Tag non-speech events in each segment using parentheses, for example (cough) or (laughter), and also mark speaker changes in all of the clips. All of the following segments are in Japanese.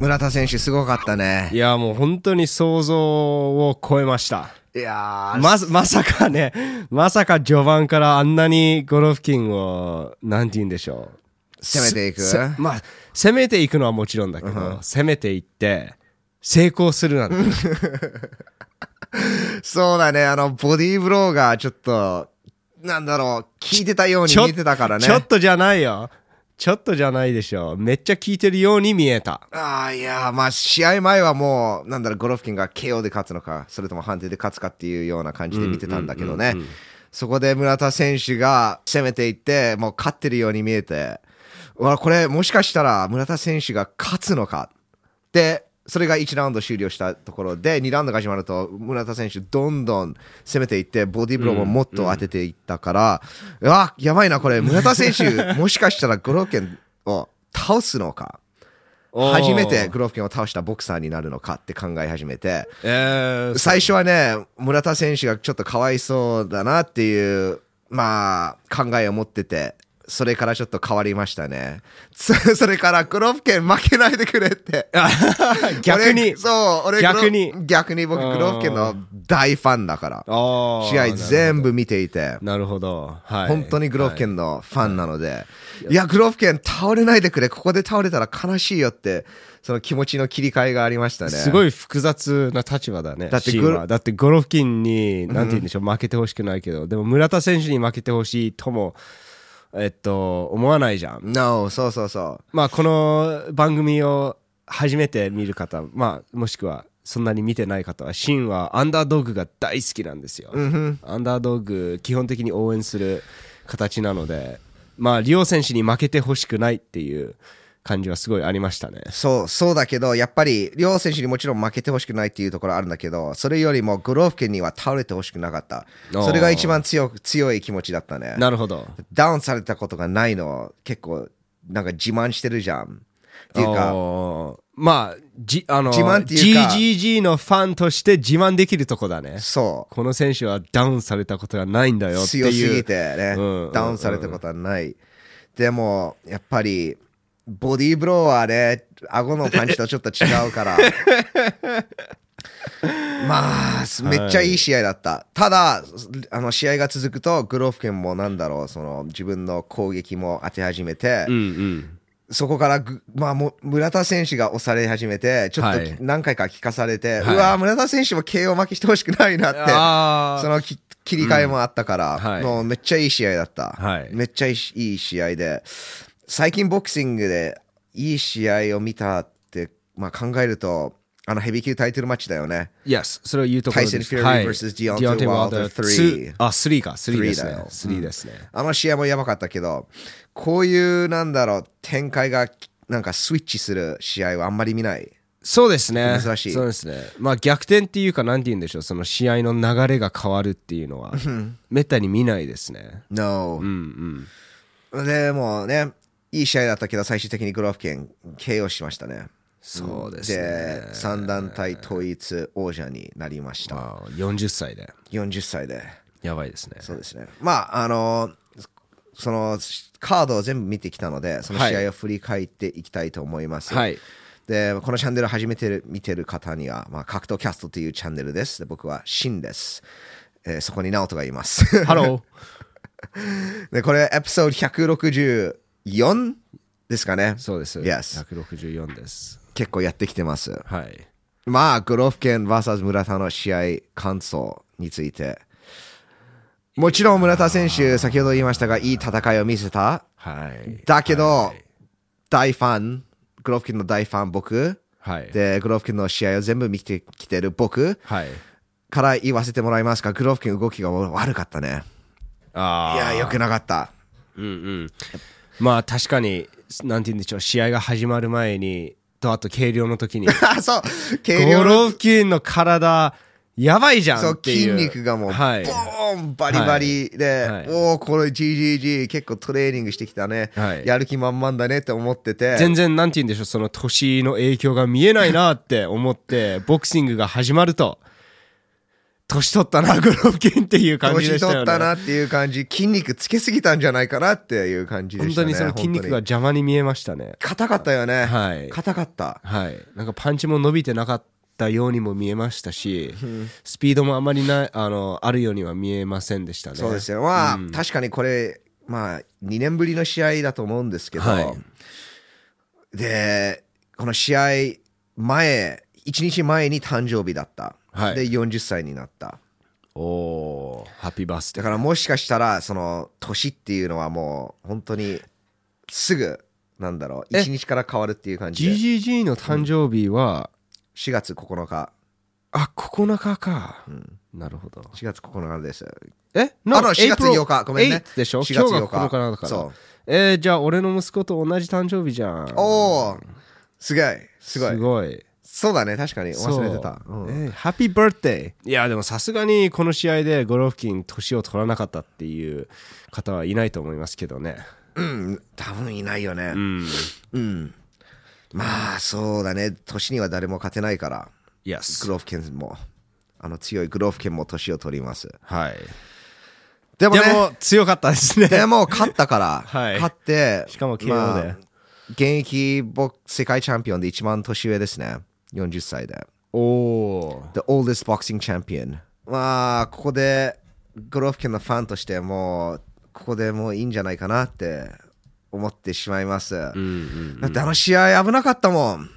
Speaker 1: 村田選手すごかったね
Speaker 2: いやもう本当に想像を超えました
Speaker 1: いやー
Speaker 2: まさまさかねまさか序盤からあんなにゴロフキンをなんて言うんでしょう
Speaker 1: 攻めていく
Speaker 2: せまあ攻めていくのはもちろんだけど、攻めていって成功するなんて
Speaker 1: そうだねあのボディーブローがちょっとなんだろう聞いてたように
Speaker 2: ちょ
Speaker 1: 見えてたからね
Speaker 2: ちょっとじゃないよちょっとじゃないでしょめっちゃ効いてるように見えた
Speaker 1: ああいやーまあ試合前はもうなんだろうゴロフキンが KO で勝つのかそれとも判定で勝つかっていうような感じで見てたんだけどねそこで村田選手が攻めていってもう勝ってるように見えてうわこれもしかしたら村田選手が勝つのかでそれが1ラウンド終了したところで2ラウンドが始まると村田選手どんどん攻めていってボディーブローももっと当てていったから、うわやばいなこれ村田選手もしかしたらゴロフキンを倒すのか
Speaker 2: おー
Speaker 1: 初めてグロフキンを倒したボクサーになるのかって考え始めて
Speaker 2: えー、
Speaker 1: 最初はね村田選手がちょっとかわいそうだなっていうまあ考えを持っててそれからちょっと変わりましたね (laughs) そそれからグロフキン負けないでくれって
Speaker 2: (laughs) 逆に
Speaker 1: 俺そう俺グロ
Speaker 2: 逆に
Speaker 1: 逆に僕
Speaker 2: うん
Speaker 1: グロフキンの大ファンだから
Speaker 2: あー
Speaker 1: 試合全部見ていて
Speaker 2: なるほど、はい、
Speaker 1: 本当にグローフ
Speaker 2: ン、
Speaker 1: 県のファンなので、い、や、グローフ県倒れないでくれ、ここで倒れたら悲しいよって、その気持ちの切り替えがありましたね。
Speaker 2: すごい複雑な立場だね
Speaker 1: だって
Speaker 2: シンはだってゴロフキンになんて言うんでしょう、負けてほしくないけどでも村田選手に負けてほしいともえっと思わないじゃん
Speaker 1: No、そうそうそう。
Speaker 2: まあこの番組を初めて見る方、まあ、もしくはそんなに見てない方はシンはアンダードッグが大好きなんですよ、アンダードッグ基本的に応援する形なのでまあ両選手に負けてほしくないっていう感じはすごいありましたね
Speaker 1: そう、そうだけど、やっぱり、両選手にもちろん負けてほしくないっていうところあるんだけど、それよりもグローフ県には倒れてほしくなかった。
Speaker 2: おー
Speaker 1: それが一番強く、強い気持ちだったね。
Speaker 2: なるほど
Speaker 1: ダウンされたことがないの、結構、なんか自慢してるじゃん。っていうか、
Speaker 2: おーまあじあの
Speaker 1: 自慢っていうか
Speaker 2: GGG のファンとして自慢できるとこだね
Speaker 1: そう。
Speaker 2: この選手はダウンされたことがないんだよっていう
Speaker 1: 強すぎてね、
Speaker 2: うんうん
Speaker 1: ダウンされたことはない。でも、やっぱり、ボディーブローはね、顎のパンチとちょっと違うから。 (laughs) まあ、すめっちゃいい試合だった。ただ、あの試合が続くと、グローフ県もなんだろう、その自分の攻撃も当て始めて、
Speaker 2: うんうん
Speaker 1: そこからぐ、まあ、もう村田選手が押され始めて、ちょっ
Speaker 2: はい
Speaker 1: と何回か聞かされて、
Speaker 2: はいう
Speaker 1: わー、村田選手も KO 負けしてほしくないなって、
Speaker 2: あー
Speaker 1: そのき切り替えもあったから、
Speaker 2: うんはい
Speaker 1: もうめっちゃいい試合だった、
Speaker 2: はい
Speaker 1: めっちゃいいしいい試合で最近ボクシングでいい試合を見たって、まあ、考えるとあのヘビー級タイトルマッチだよね
Speaker 2: Yes、それを言うところです。
Speaker 1: Tyson Fury versus Deontay Wilder
Speaker 2: 3。あ、3か、3
Speaker 1: three
Speaker 2: です
Speaker 1: だ
Speaker 2: ね
Speaker 1: よ。
Speaker 2: 3ですね。
Speaker 1: あの試合もやばかったけどこういうなんだろう展開がなんかスイッチする試合はあんまり見ない
Speaker 2: そうですね。
Speaker 1: 珍しい
Speaker 2: そうですね。まあ逆転っていうか、なんて言うんでしょう、その試合の流れが変わるっていうのは、めったに見ないですね。
Speaker 1: No、
Speaker 2: うん
Speaker 1: でもねいい試合だったけど最終的にグローフケン KO しましたね
Speaker 2: そうですね
Speaker 1: で3団体統一王者になりまし
Speaker 2: うん。
Speaker 1: た
Speaker 2: あ40歳で。
Speaker 1: 40歳で
Speaker 2: やばいですね。
Speaker 1: そうですね。まあ、あのそのカードを全部見てきたので、その試合を振り返っていきたいと思います。
Speaker 2: はい。
Speaker 1: で、このチャンネルを初めてる見てる方には、まあ、格闘キャストというチャンネルです。で僕はシンです。えーそこにナオトがいます。
Speaker 2: ハロ
Speaker 1: で、これエピソード164ですかね
Speaker 2: ー。。そうです。
Speaker 1: Yes
Speaker 2: 164です。
Speaker 1: 結構やってきてます。
Speaker 2: はい。
Speaker 1: まあ、グロフケン VS 村田の試合感想について。もちろん村田選手、先ほど言いましたが、いい戦いを見せた。
Speaker 2: はい。
Speaker 1: だけど、大ファン、グロフキンの大ファン僕、
Speaker 2: はい。
Speaker 1: で、グロフキンの試合を全部見てきてる僕
Speaker 2: はい。
Speaker 1: から言わせてもらいますか、グロフキン動きが悪かったね。
Speaker 2: あ
Speaker 1: い
Speaker 2: あ。
Speaker 1: や、良くなかった。 (laughs)
Speaker 2: うんうん、まあ確かに、なんて言うんでしょう、試合が始まる前に、とあと軽量の時に、
Speaker 1: (laughs)
Speaker 2: ゴ
Speaker 1: あ、そう、軽量の、
Speaker 2: ロフキンの体、やばいじゃん
Speaker 1: そう
Speaker 2: ってい
Speaker 1: 筋
Speaker 2: う。
Speaker 1: 肉がもう、
Speaker 2: はい
Speaker 1: ボ。ーン、バリバリで、
Speaker 2: はい
Speaker 1: おお、これ GGG、結構トレーニングしてきたね、
Speaker 2: はい
Speaker 1: やる気満々だねって思ってて、
Speaker 2: 全然、なんて言うんでしょう、その年の影響が見えないなって思って、ボクシングが始まると、年取ったな、ゴロフキンっていう感じで
Speaker 1: 年
Speaker 2: した
Speaker 1: 取
Speaker 2: よ
Speaker 1: った
Speaker 2: ね。
Speaker 1: なっていう感じ筋肉つけすぎたんじゃないかなっていう感じで
Speaker 2: 本
Speaker 1: した
Speaker 2: 当
Speaker 1: ね
Speaker 2: にその筋
Speaker 1: 本
Speaker 2: 肉が
Speaker 1: 当に
Speaker 2: 邪魔に見えましたね。
Speaker 1: 硬かったよね
Speaker 2: はい
Speaker 1: 硬かった
Speaker 2: はい。なんかパンチも伸びてなかったようにも見えましたし、スピードもあまりない、あの、あるようには見えませんでしたね。
Speaker 1: そうですねまあ確かにこれまあ2年ぶりの試合だと思うんですけど
Speaker 2: はい
Speaker 1: でこの試合前1日前に誕生日だった
Speaker 2: はい
Speaker 1: で40歳になった
Speaker 2: おおーハッピーバースデ
Speaker 1: だ
Speaker 2: ー。
Speaker 1: からもしかしたらその年っていうのはもう本当にすぐなんだろう
Speaker 2: え
Speaker 1: 1日から変わるっていう感じで
Speaker 2: GGG の誕生日は、
Speaker 1: 4月9日
Speaker 2: あ、9日か。なるほど。
Speaker 1: 4月9日です
Speaker 2: え
Speaker 1: あの4月8日ごめんね
Speaker 2: 8でしょ
Speaker 1: 4月
Speaker 2: 今日
Speaker 1: 8
Speaker 2: が9日だから。
Speaker 1: そう
Speaker 2: えー、じゃあ俺の息子と同じ誕生日じゃん。
Speaker 1: おおすごいすごい
Speaker 2: すごい。
Speaker 1: そうだね確かに忘れてた
Speaker 2: そう
Speaker 1: うん
Speaker 2: えーハッピーバースデーいやでもさすがにこの試合でゴロフキン年を取らなかったっていう方はいないと思いますけどね
Speaker 1: うん多分いないよね
Speaker 2: うん
Speaker 1: うんまあそうだね年には誰も勝てないから
Speaker 2: イエ
Speaker 1: グ
Speaker 2: ス
Speaker 1: ローフケンもあの強いグローフケンも年を取ります
Speaker 2: はい
Speaker 1: でも
Speaker 2: で
Speaker 1: ね
Speaker 2: も強かったですね
Speaker 1: でも勝ったから、
Speaker 2: (laughs) はい
Speaker 1: 勝って
Speaker 2: しかも KO で
Speaker 1: 現役ボ世界チャンピオンで一番年上ですね40歳で
Speaker 2: おお
Speaker 1: The oldest boxing champion まあここでグローフ県のファンとしてもうここでもういいんじゃないかなって思ってしまいます、だってあの試合危なかった
Speaker 2: (laughs)
Speaker 1: もん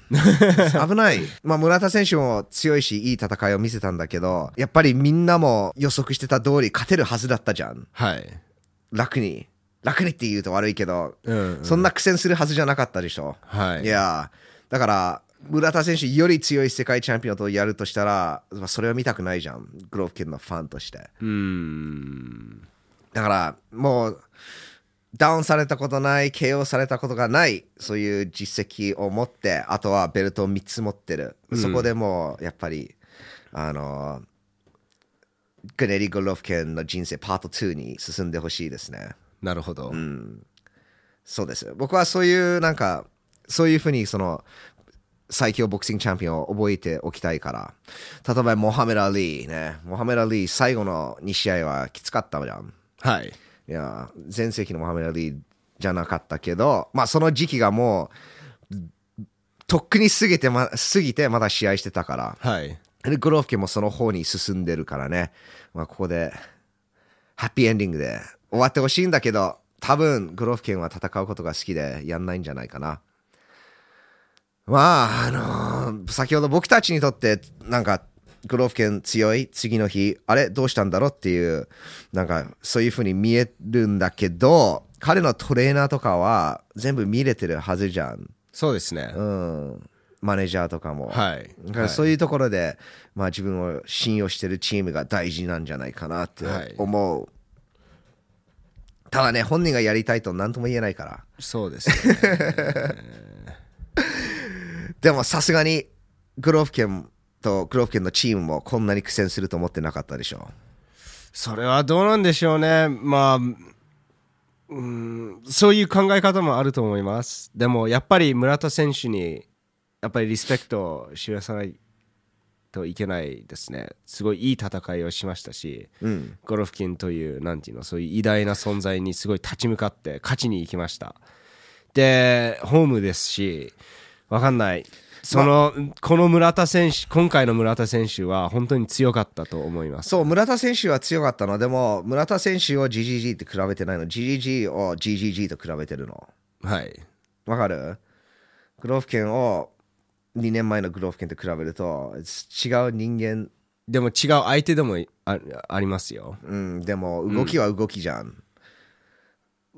Speaker 1: 危ない、まあ、村田選手も強いしいい戦いを見せたんだけどやっぱりみんなも予測してた通り勝てるはずだったじゃん
Speaker 2: はい
Speaker 1: 楽に楽にって言うと悪いけど、
Speaker 2: うん
Speaker 1: そんな苦戦するはずじゃなかったでしょ、
Speaker 2: はい
Speaker 1: いやーだから村田選手より強い世界チャンピオンとやるとしたら、まあ、それは見たくないじゃんグローフ県のファンとして
Speaker 2: うーん
Speaker 1: だからもうダウンされたことない KO されたことがないそういう実績を持ってあとはベルトを3つ持ってる、そこでもうやっぱりあのーグネリ・ゴロフケンの人生パート2に進んでほしいですね
Speaker 2: なるほど、
Speaker 1: そうです僕はそういうなんかそういうふうにその最強ボクシングチャンピオンを覚えておきたいから例えばモハメラ・アリーねモハメラ・アリー最後の2試合はきつかったじゃん
Speaker 2: はい
Speaker 1: いや前世紀のモハメラ・アリーじゃなかったけどまあその時期がもうとっくに過ぎてま過ぎてまだ試合してたから
Speaker 2: はい
Speaker 1: でグローフ家もその方に進んでるからね、まあ、ここでハッピーエンディングで終わってほしいんだけど多分グローフ家は戦うことが好きでやんないんじゃないかなまああのー先ほど僕たちにとってなんかグローフ家強い次の日あれどうしたんだろうっていうなんかそういう風に見えるんだけど彼のトレーナーとかは全部見れてるはずじゃん、
Speaker 2: そうですね、
Speaker 1: うん、マネージャーとかも、
Speaker 2: はい
Speaker 1: だからそういうところで、まあ、自分を信用してるチームが大事なんじゃないかなって
Speaker 2: はい
Speaker 1: 思う、ただね本人がやりたいと何とも言えないから
Speaker 2: そうですね
Speaker 1: でもさすがにグローフ県とグローフ県のチームもこんなに苦戦すると思ってなかったでしょ
Speaker 2: それはどうなんでしょうねまあうんそういう考え方もあると思いますでもやっぱり村田選手にやっぱりリスペクトを示さないといけないですねすごいいい戦いをしましたし、ゴロフキンというなんていうのそういう偉大な存在にすごい立ち向かって勝ちに行きましたでホームですしわかんないその、この村田選手今回の村田選手は本当に強かったと思います
Speaker 1: そう村田選手は強かったのでも村田選手を GGG って比べてないの GGG を GGG と比べてるの
Speaker 2: はい
Speaker 1: わかるグローフ県を2年前のグローフ県と比べると違う人間
Speaker 2: でも違う相手でもあありますよ。
Speaker 1: うん、でも動きは動きじゃん、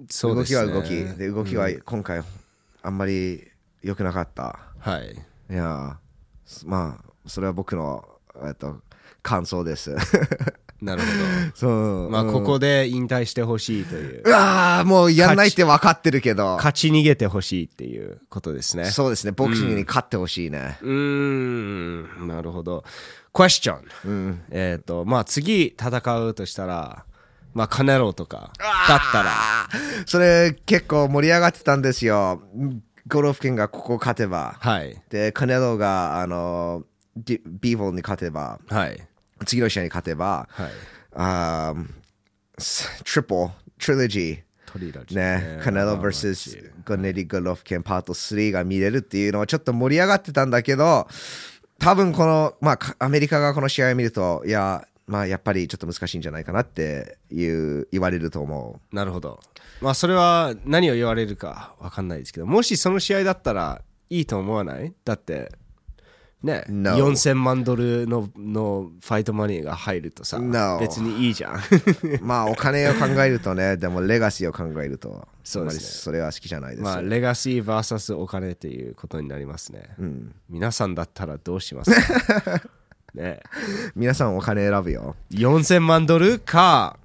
Speaker 2: そう
Speaker 1: 動
Speaker 2: です
Speaker 1: きは
Speaker 2: ね。
Speaker 1: 動きで動きは今回あんまり良くなかった
Speaker 2: はい。
Speaker 1: いやーすまあそれは僕のえっと感想です (laughs)
Speaker 2: なる
Speaker 1: そう
Speaker 2: ほど。まあここで引退してほしいという
Speaker 1: う。わーもうやんないって分かってるけど
Speaker 2: 勝ち逃げてほしいっていうことですね。
Speaker 1: そうですねボクシングに勝ってほしいね、
Speaker 2: うーん、なるほど。Question。えっ、と、まあ次戦うとしたら、まあカネロとかだったら、
Speaker 1: それ結構盛り上がってたんですよゴロフケンがここ勝てば
Speaker 2: はい。
Speaker 1: でカネロがあのディビーボンに勝てば
Speaker 2: はい。
Speaker 1: 次の試合に勝てば、
Speaker 2: はい
Speaker 1: あーストリプル、トリロジー、
Speaker 2: 取り入れられちゃう
Speaker 1: ね、カネロ vs ゴネリ・ゴロフケンパート3が見れるっていうのはちょっと盛り上がってたんだけど多分この、まあか、アメリカがこの試合を見るといや、まあ、やっぱりちょっと難しいんじゃないかなっていう言われると思
Speaker 2: なるほどまあそれは何を言われるかわかんないですけどもしその試合だったらいいと思わないだってね、
Speaker 1: No
Speaker 2: 4000万ドルののファイトマネーが入るとさ、
Speaker 1: No
Speaker 2: 別にいい (laughs) じゃん
Speaker 1: うまあお金を考えるとねでもレガシーを考えると
Speaker 2: そ
Speaker 1: あ
Speaker 2: うですね
Speaker 1: んまりそれは好きじゃないです、
Speaker 2: まあレガシー VS お金っていうことになりますね、皆さんだったらどうします (laughs) かね
Speaker 1: 皆さんお金選ぶよ
Speaker 2: 4000万ドルか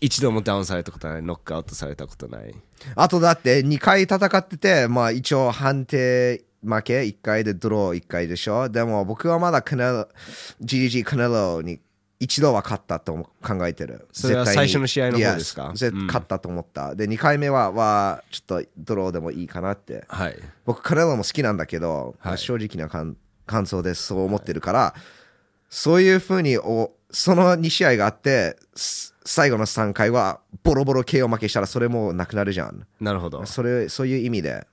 Speaker 2: 一度もダウンされたことないノックアウトされたことない
Speaker 1: あとだって2回戦ってて、まあ一応判定負け、1回でドロー1回でしょ。でも僕はまだカネロ、GGG カネロに一度は勝ったと思考えてる。
Speaker 2: それは
Speaker 1: 絶対に
Speaker 2: 最初の試合の方ですか
Speaker 1: Yes 絶
Speaker 2: うん
Speaker 1: 勝ったと思った。で、2回目は、はちょっとドローでもいいかなって。
Speaker 2: はい
Speaker 1: 僕、カネロも好きなんだけど、
Speaker 2: はい
Speaker 1: 正直な感感想でそう思ってるから、そういうふうにお、その2試合があって、す最後の3回はボロボロ KO 負けしたらそれもうなくなるじゃん。
Speaker 2: なるほど
Speaker 1: それそういう意味で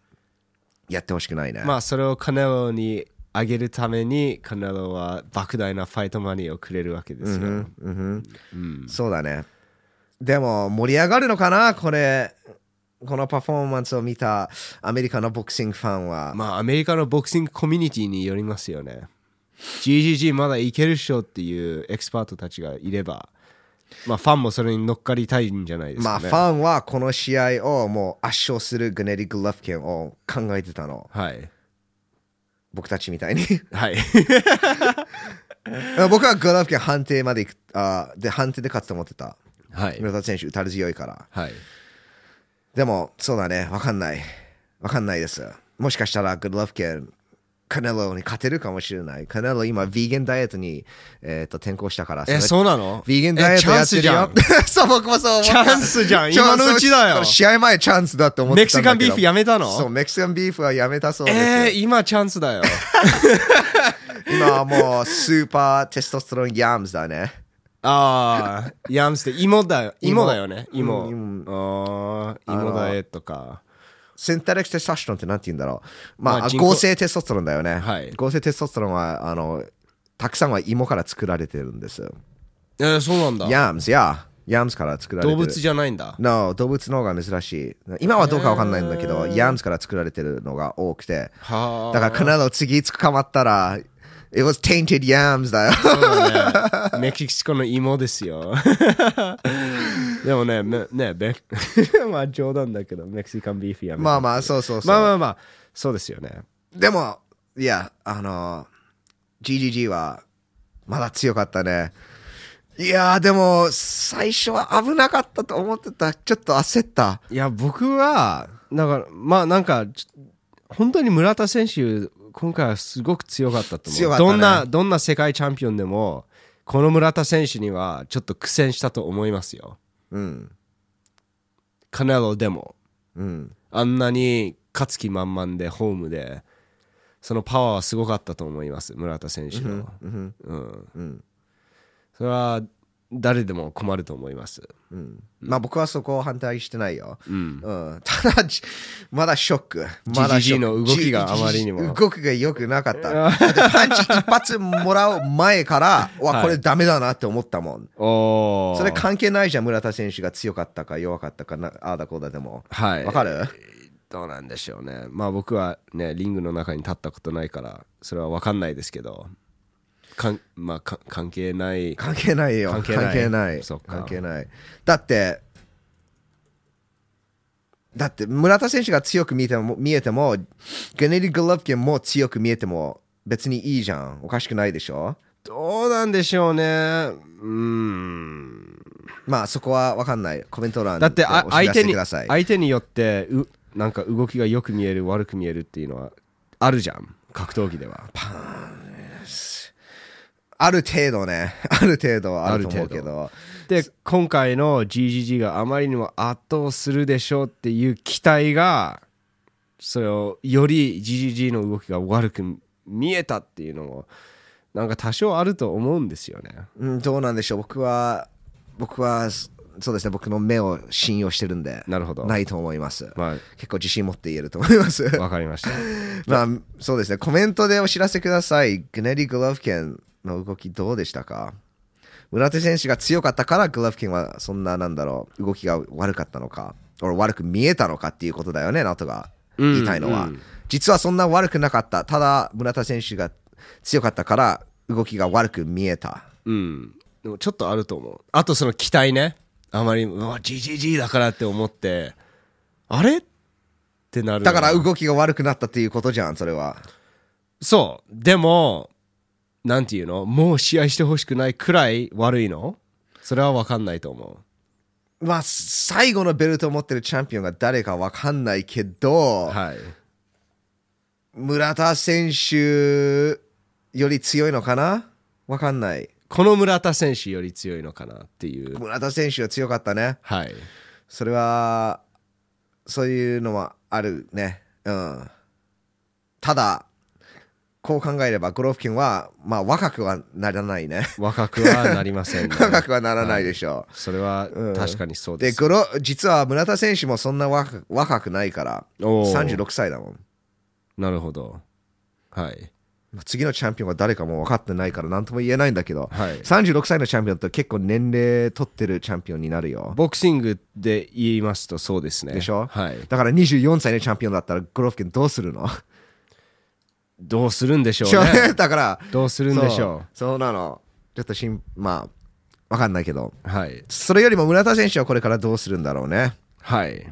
Speaker 1: やってほしくないね。
Speaker 2: まあそれをカネロにあげるためにカネロは莫大なファイトマニーをくれるわけですよ、
Speaker 1: うんふんそうだね。でも盛り上がるのかなこれこのパフォーマンスを見たアメリカのボクシングファンは。
Speaker 2: まあアメリカのボクシングコミュニティによりますよね GGG まだいけるっしょっていうエキスパートたちがいればまあファンもそれに乗っかりたいんじゃないです
Speaker 1: まあ、
Speaker 2: か
Speaker 1: フ
Speaker 2: ね、
Speaker 1: ァンはこの試合をもう圧勝するグネリ・グラフケンを考えてたの
Speaker 2: はい
Speaker 1: 僕たちみたいに (laughs)
Speaker 2: はい
Speaker 1: 僕はグラフケン判定まで行くあーで判定で勝つと思ってた
Speaker 2: はい
Speaker 1: 村田選手打たれ強いから
Speaker 2: はい
Speaker 1: でも、そうだね、わかんない。わかんないです。もしかしたら、グッドラフケン、カネロに勝てるかもしれない。カネロ今、ヴィーゲンダイエットに、えー、と転向したから、
Speaker 2: えそうなの
Speaker 1: ヴィーゲンダイエットやってるよ。 (laughs) そう、僕もそう思った。
Speaker 2: チャンスじゃん今のうちだよ
Speaker 1: 試合前チャンスだって思ってたんだけど。
Speaker 2: メキシカンビーフやめたの
Speaker 1: そう、メキシカンビーフはやめたそうです。
Speaker 2: えー、今チャンスだよ
Speaker 1: 今はもう、スーパーテストステロンヤームズだね。
Speaker 2: ああヤムステ芋だよ (laughs) 芋だよね芋
Speaker 1: う
Speaker 2: あー芋だえとか
Speaker 1: センタレックテストステロンってなんて言うんだろう。まあ、
Speaker 2: まあ人工
Speaker 1: 合成テストステロンだよね。
Speaker 2: はい
Speaker 1: 合成テストステロンは、あの、たくさんは芋から作られてるんですよ。
Speaker 2: えー、そうなんだ
Speaker 1: ヤームズや、ヤームズから作られて
Speaker 2: 動
Speaker 1: る。
Speaker 2: 物じゃないんだ
Speaker 1: No 動物の方が珍しい。今はどうかわかんないんだけど、ヤームズから作られてるのが多くて。
Speaker 2: は
Speaker 1: だか
Speaker 2: あ
Speaker 1: ら、カナダを次捕まったら、It was tainted yams だよ。
Speaker 2: そうだね、メキシコの芋ですよ。 (laughs) でもね、め (laughs) ねべまあ冗談だけど、メキシカンビーフやめ
Speaker 1: (laughs)
Speaker 2: た
Speaker 1: まあまあ、そうそうそう。
Speaker 2: まあまあまあ、そうですよね。
Speaker 1: でも、いや、あの、GGG は、まだ強かったね。いやー、でも、最初は危なかったと思ってた。ちょっと焦った。
Speaker 2: いや、僕は、だから、まあなんか、ちょ本当に村田選手、今回はすごく強かったと思う。
Speaker 1: 強かったね
Speaker 2: どんな、どんな世界チャンピオンでも、この村田選手にはちょっと苦戦したと思いますよ。
Speaker 1: うん。
Speaker 2: カネロでも。
Speaker 1: うん。
Speaker 2: あんなに勝つ気満々でホームでそのパワーはすごかったと思います村田選手の、
Speaker 1: うん。
Speaker 2: うん、
Speaker 1: うん。
Speaker 2: それは誰でも困ると思います、
Speaker 1: うん。まあ、僕はそこを反対してないよ。
Speaker 2: うん、
Speaker 1: うん、ただ、じまだショック。まだショック
Speaker 2: GGG の動きがあまりにも
Speaker 1: GGG 動きが良くなかった。
Speaker 2: (laughs)
Speaker 1: だってパンチ一発もらう前から、
Speaker 2: は
Speaker 1: わ、
Speaker 2: い
Speaker 1: これダメだなって思ったもん。
Speaker 2: おー
Speaker 1: それ関係ないじゃん、村田選手が強かったか弱かったかな、ああだこうだでも。
Speaker 2: はい
Speaker 1: わかる
Speaker 2: どうなんでしょうねまあ僕はねリングの中に立ったことないからそれは分かんないですけどかんまあか関係ない
Speaker 1: 関係ないよ。
Speaker 2: 関係ない
Speaker 1: 関係ない。
Speaker 2: そっか
Speaker 1: 関係ない。だって、だって村田選手が強く見えても、見えても、ゲネリ・グロフケンも強く見えても、別にいいじゃん。おかしくないでしょ
Speaker 2: どうなんでしょうねうん
Speaker 1: まあそこは分かんない。コメント欄で
Speaker 2: だってあ
Speaker 1: お知
Speaker 2: 相
Speaker 1: らせ
Speaker 2: 手に
Speaker 1: ください。
Speaker 2: 相手によってうなんか動きがよく見える悪く見えるっていうのはあるじゃん格闘技では
Speaker 1: ある程度ね、 (laughs) ある程度はあると思うけど、
Speaker 2: で今回の GGG があまりにも圧倒するでしょうっていう期待がそれをより GGG の動きが悪く見えたっていうのもなんか多少あると思うんですよね。
Speaker 1: うん、どうなんでしょう僕は僕はそうですね僕の目を信用してるんで
Speaker 2: なるほど
Speaker 1: ないと思います、
Speaker 2: ま
Speaker 1: 結構自信持って言えると思います
Speaker 2: あ、わかりました。
Speaker 1: (laughs) まあそうですねコメントでお知らせくださいグネリ・グラフケンの動きどうでしたか村手選手が強かったからグラフケンはそんななんだろう動きが悪かったのか or 悪く見えたのかっていうことだよねナトが
Speaker 2: うん
Speaker 1: 言いたいのは、
Speaker 2: うん
Speaker 1: 実はそんな悪くなかったただ村田選手が強かったから動きが悪く見えた
Speaker 2: うん。でもちょっとあると思う。あとその期待ね。あまり、うわ、GGG だからって思って、あれってなる。
Speaker 1: だから動きが悪くなったっていうことじゃんそれは
Speaker 2: そう。でも、なんていうのもう試合してほしくないくらい悪いのそれは分かんないと思
Speaker 1: まあ最後のベルトを持ってるチャンピオンが誰かわかんないけ
Speaker 2: う。
Speaker 1: ど、
Speaker 2: はい。
Speaker 1: 村田選手より強いのかなわかんない
Speaker 2: この村田選手より強いのかなっていう。
Speaker 1: 村田選手は強かったね
Speaker 2: はい。
Speaker 1: それはそういうのはあるねうんただこう考えればゴロフキンはまあ若くはならないね。
Speaker 2: 若くはなりません、ね
Speaker 1: 若くはならないでしょ、
Speaker 2: それは確かにそううで。
Speaker 1: ですゴロ実は村田選手もそんな若く若くないから
Speaker 2: おー
Speaker 1: 36歳だもん
Speaker 2: なるほど。はい。
Speaker 1: 次のチャンピオンは誰かもう分かってないから何とも言えないんだけど、
Speaker 2: はい
Speaker 1: 36歳のチャンピオンって結構年齢取ってるチャンピオンになるよ
Speaker 2: ボクシングで言いますとそうですね。
Speaker 1: でしょ
Speaker 2: はい。
Speaker 1: だから24歳のチャンピオンだったらゴロフキンどうするの、
Speaker 2: どうするん
Speaker 1: (laughs)
Speaker 2: でしょうね。
Speaker 1: だから
Speaker 2: どうするんでしょ
Speaker 1: そうそうなのちょっとしんまあ分かんないけど
Speaker 2: う。はい。
Speaker 1: それよりも村田選手はこれからどうするんだろうね
Speaker 2: はい。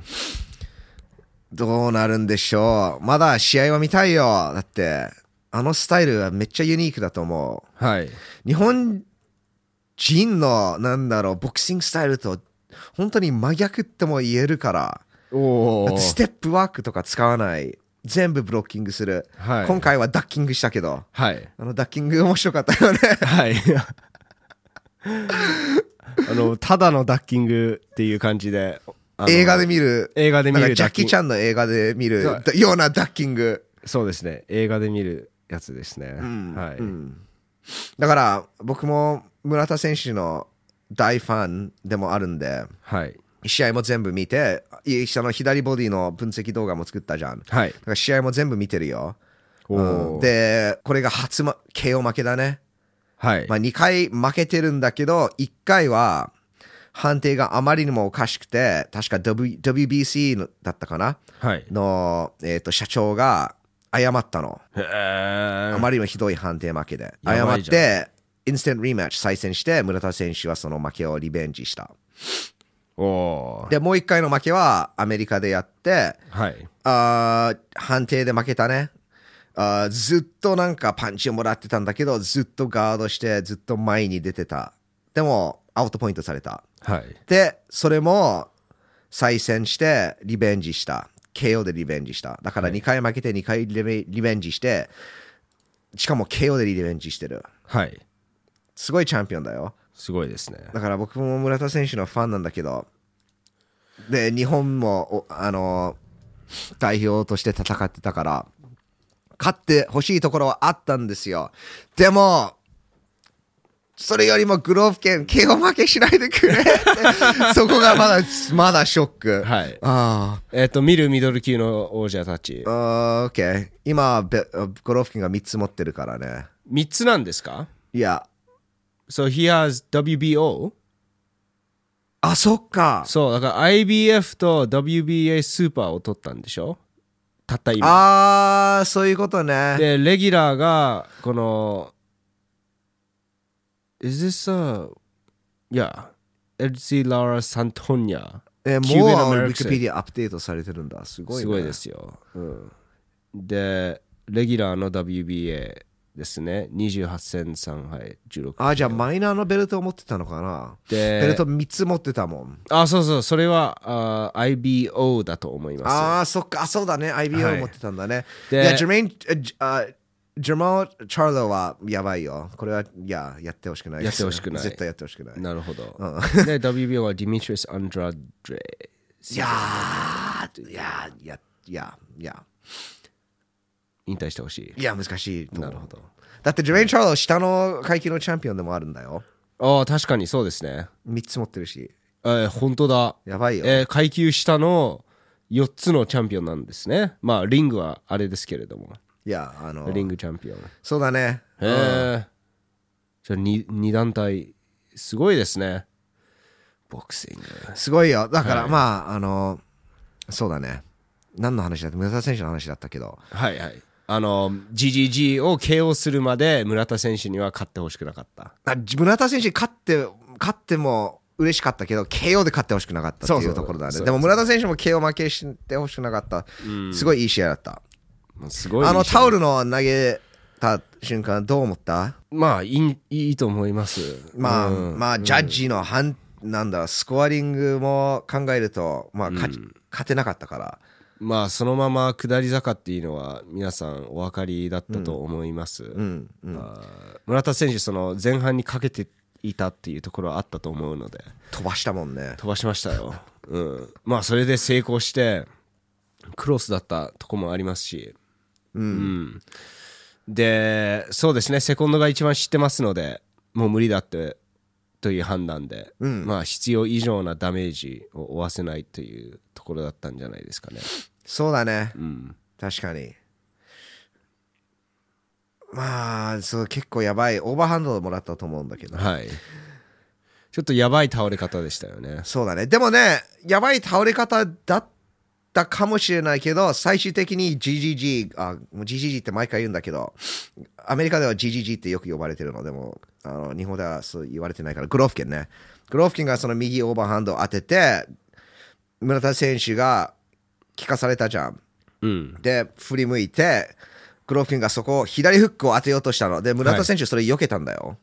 Speaker 1: どうなるんでしょうまだ試合は見たいよだってあのスタイルはめっちゃユニークだと思う
Speaker 2: はい。
Speaker 1: 日本人のなんだろうボクシングスタイルと本当に真逆っても言えるから
Speaker 2: お
Speaker 1: だってステップワークとか使わない全部ブロッキングする、
Speaker 2: はい
Speaker 1: 今回はダッキングしたけど
Speaker 2: はい。
Speaker 1: あのダッキング面白かったよね
Speaker 2: はい。あの、ただのダッキングっていう感じで。あの
Speaker 1: 映画で見る
Speaker 2: 映画で見
Speaker 1: なん
Speaker 2: る
Speaker 1: かジャ
Speaker 2: ダ
Speaker 1: ッ
Speaker 2: ッ
Speaker 1: キ
Speaker 2: キン
Speaker 1: ー
Speaker 2: グ
Speaker 1: ちゃんの映画で見る
Speaker 2: そう
Speaker 1: だようなダッキング、
Speaker 2: そうですね。映画で見るやつですね。はい。
Speaker 1: うんだから僕も村田選手の大ファンでもあるんで
Speaker 2: はい。
Speaker 1: 試合も全部見ていその左ボディの分析動画も作ったじゃん
Speaker 2: はい
Speaker 1: だ。から試合も全部見てるよ。
Speaker 2: おー
Speaker 1: うん、で、これが初、ま、KO 負けだね。
Speaker 2: はい。
Speaker 1: まあ、2回負けてるんだけど、1回は判定があまりにもおかしくて、確か w WBC のだったかな
Speaker 2: はい。
Speaker 1: の、えー、と社長が謝ったの。
Speaker 2: へー
Speaker 1: あまりにもひどい判定負けで。謝
Speaker 2: やば
Speaker 1: っ
Speaker 2: いじゃん
Speaker 1: て、インスタントリマッチ再戦して、村田選手はその負けをリベンジした。
Speaker 2: おー
Speaker 1: で、もう1回の負けはアメリカでやって、
Speaker 2: はい。
Speaker 1: あー判定で負けたねあーずっとなんかパンチをもらってたんだけどずっとガードしてずっと前に出てたでもアウトポイントされた
Speaker 2: はい。
Speaker 1: でそれも再戦してリベンジした KO でリベンジしただから2回負けて2回リベリベンジしてしかも KO でリベンジしてる
Speaker 2: はい。
Speaker 1: すごいチャンピオンだよ
Speaker 2: すごいですね。
Speaker 1: だから僕も村田選手のファンなんだけど、で、日本も、おあの、代表として戦ってたから、勝ってほしいところはあったんですよ。でも、それよりもグローフ県、KO 負けしないでくれって
Speaker 2: (laughs)
Speaker 1: そこがまだ、まだショック。
Speaker 2: はい
Speaker 1: あ
Speaker 2: えっと、見るミドル級の王者たち
Speaker 1: あ、。オッケー。今、ベグローフ県が3つ持ってるからね。
Speaker 2: 3つなんですか
Speaker 1: いや、
Speaker 2: So he has WBO?
Speaker 1: あ、そっか。
Speaker 2: そう、だから IBF と WBA スーパーを取ったんでしょたった今。
Speaker 1: ああ、そういうことね。
Speaker 2: で、レギュラーが、この、Is this a... Yeah. エルシー・ラーラ・サントニア。
Speaker 1: えー
Speaker 2: Cuban
Speaker 1: もう
Speaker 2: American
Speaker 1: ウィキペディアアップデートされてるんだ。すごい、ね、
Speaker 2: すごいで。すよ。うんで、レギュラーの WBA ですね。28戦3敗16。
Speaker 1: あ、じゃあマイナーのベルトを持ってたのかな
Speaker 2: で
Speaker 1: ベルト3つ持ってたもん。
Speaker 2: あ、そうそう、それはあー IBO だと思います。
Speaker 1: ああ、そっか、あそうだね。
Speaker 2: は
Speaker 1: IBO
Speaker 2: い
Speaker 1: 持ってたんだね。
Speaker 2: で
Speaker 1: いや、ジェメイン、えジあジェマー・チャーロはやばいよ。これは、いや、やってほしくないです
Speaker 2: やってほしくない
Speaker 1: 絶対やってほしくない。
Speaker 2: なるほど。で、WBO はディミトリス・アンドラデ。
Speaker 1: いやー、いや、いや、いや、いや。
Speaker 2: 引退してほし
Speaker 1: いや、難しいと
Speaker 2: い。
Speaker 1: 思
Speaker 2: な
Speaker 1: う
Speaker 2: るほど。
Speaker 1: だって、ジェレイン・チャーロー、下の階級のチャンピオンでもあるんだよ。
Speaker 2: ああ、確かにそうですね。
Speaker 1: 3つ持ってるし。
Speaker 2: えー、本当だ。
Speaker 1: やばいよ。
Speaker 2: えー階級下の4つのチャンピオンなんですね。まあ、リングはあれですけれども、
Speaker 1: いや、あの、
Speaker 2: リングチャンピオン。へ
Speaker 1: そうだね。
Speaker 2: え。じゃあ2、二団体、すごいですね。ボクシング。
Speaker 1: すごいよ。だから、まあ、あの、そうだね。何の話だって、村田選手の話だったけど。
Speaker 2: はいはい。あの、GGG を KO するまで村田選手には勝ってほしくなかった。
Speaker 1: あ村田選手勝って、勝っても嬉しかったけど、KO で勝ってほしくなかったって
Speaker 2: そう
Speaker 1: い
Speaker 2: そうう
Speaker 1: ところだ
Speaker 2: そ
Speaker 1: ね。
Speaker 2: うそう
Speaker 1: でも村田選手も KO 負けしてほしくなかった。すごいいい試合だった。
Speaker 2: もうすごい。
Speaker 1: あの、タオルの投げた瞬間、どう思った
Speaker 2: まあ、いい、いいと思います。
Speaker 1: まあ、
Speaker 2: うん
Speaker 1: まあ、ジャッジの判、なんだ、スコアリングも考えると、まあ、勝ち勝てなかったから。
Speaker 2: まあ、そのまま下り坂っていうのは、皆さんお分かりだったと思います。
Speaker 1: うん、うん。
Speaker 2: あー村田選手、その前半にかけていたっていうところはあったと思うので、
Speaker 1: 飛ばしたもんね。
Speaker 2: 飛ばしましたよ。 (laughs) うん。まあ、それで成功して、クロスだったとこもありますし、うん。で、そうですね、セコンドが一番知ってますので、もう無理だって、という判断で、まあ、必要以上なダメージを負わせないというところだったんじゃないですかね。
Speaker 1: そうだね。
Speaker 2: うん。
Speaker 1: 確かに。まあ、そう、結構やばい。オーバーハンドもらったと思うんだけど。
Speaker 2: はい。ちょっとやばい倒れ方でしたよね。
Speaker 1: そうだね。でもね、やばい倒れ方だったかもしれないけど、最終的に GGG、あ、もう GGG って毎回言うんだけど、アメリカでは GGG ってよく呼ばれてるのでも、あの日本ではそう言われてないから、グロフキンね。グロフキンがその右オーバーハンドを当てて、村田選手が効かされたじゃん。
Speaker 2: うん。
Speaker 1: で、振り向いて、グロフキンがそこを左フックを当てようとしたので、村田選手それ避けたんだよ。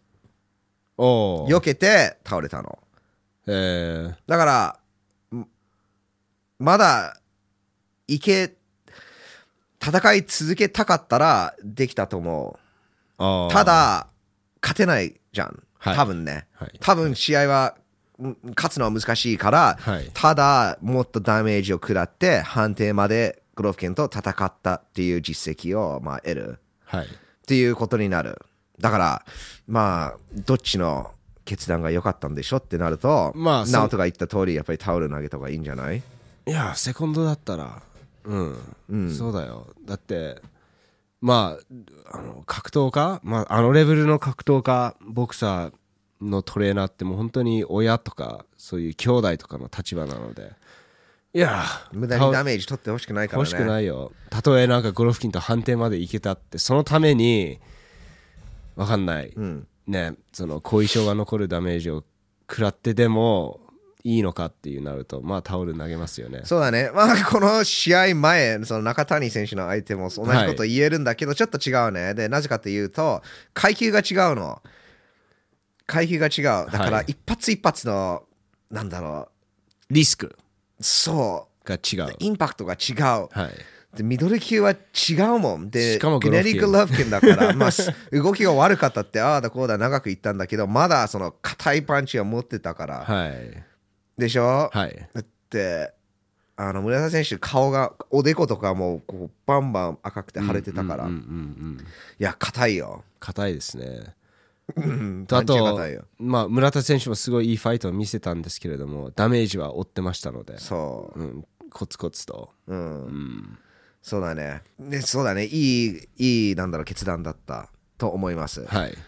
Speaker 2: おー
Speaker 1: 避けて倒れたの。
Speaker 2: えー
Speaker 1: だから、んまだ、いけ、戦い続けたかったらできたと思
Speaker 2: あ
Speaker 1: う。
Speaker 2: ー
Speaker 1: ただ、勝てないじゃん。
Speaker 2: はい
Speaker 1: 多分ね。
Speaker 2: はい
Speaker 1: 多分試合は、ん勝つのは難しいから、
Speaker 2: はい
Speaker 1: ただ、もっとダメージを食らって、判定までグロフケンと戦ったっていう実績を、まあ、得る。
Speaker 2: はい。
Speaker 1: っていうことになる。だから、まあ、どっちの決断が良かったんでしょってなると、
Speaker 2: まあそう
Speaker 1: ナオトが言った通り、やっぱりタオル投げた方がいいんじゃない
Speaker 2: いや、セコンドだったら、うん、そうだよ。だって、まあ、あの格闘家、まあ、あのレベルの格闘家、ボクサーのトレーナーって、もう本当に親とか、そういう兄弟とかの立場なので、いやー、
Speaker 1: 無駄にダメージ取ってほしくないから
Speaker 2: 欲しく
Speaker 1: ね。
Speaker 2: ないよたとえなんかゴロフキンと判定までいけたってそのためにわかんない、ねその後遺症が残るダメージを食らってでもいいのかっていうなるとまあタオル投げますよね
Speaker 1: そうだね。まあ、この試合前、その中谷選手の相手も同じこと言えるんだけど、ちょっと違うね。で、なぜかというと、階級が違うの。階級が違う。だか
Speaker 2: は
Speaker 1: ら、
Speaker 2: い
Speaker 1: 一発一発の、なんだろ
Speaker 2: リスク
Speaker 1: う、そう、
Speaker 2: が違う
Speaker 1: インパクトが違う。
Speaker 2: はい
Speaker 1: でミドル級は違うもんで
Speaker 2: しかも
Speaker 1: グ
Speaker 2: グ
Speaker 1: ネ
Speaker 2: ロフキ
Speaker 1: リ
Speaker 2: ン
Speaker 1: ー・グロフキンだ
Speaker 2: (laughs)
Speaker 1: から、まあ、す動きが悪かったってああだこうだ長くいったんだけどまだその硬いパンチは持ってたから、
Speaker 2: はい
Speaker 1: でしょ、
Speaker 2: はい
Speaker 1: だってあの村田選手顔がおでことかもうこうバンバン赤くて腫れてたから、
Speaker 2: うんうん
Speaker 1: い
Speaker 2: うん
Speaker 1: や硬いよ
Speaker 2: 硬いですね
Speaker 1: うん
Speaker 2: あ
Speaker 1: パンチ
Speaker 2: と
Speaker 1: 硬いよ
Speaker 2: まあ村田選手もすごいいいファイトを見せたんですけれどもダメージは負ってましたので、
Speaker 1: そう
Speaker 2: ん、コツコツと
Speaker 1: う、うん、そうだねねそうだねいいいいなんだろう決断だったと思います
Speaker 2: はい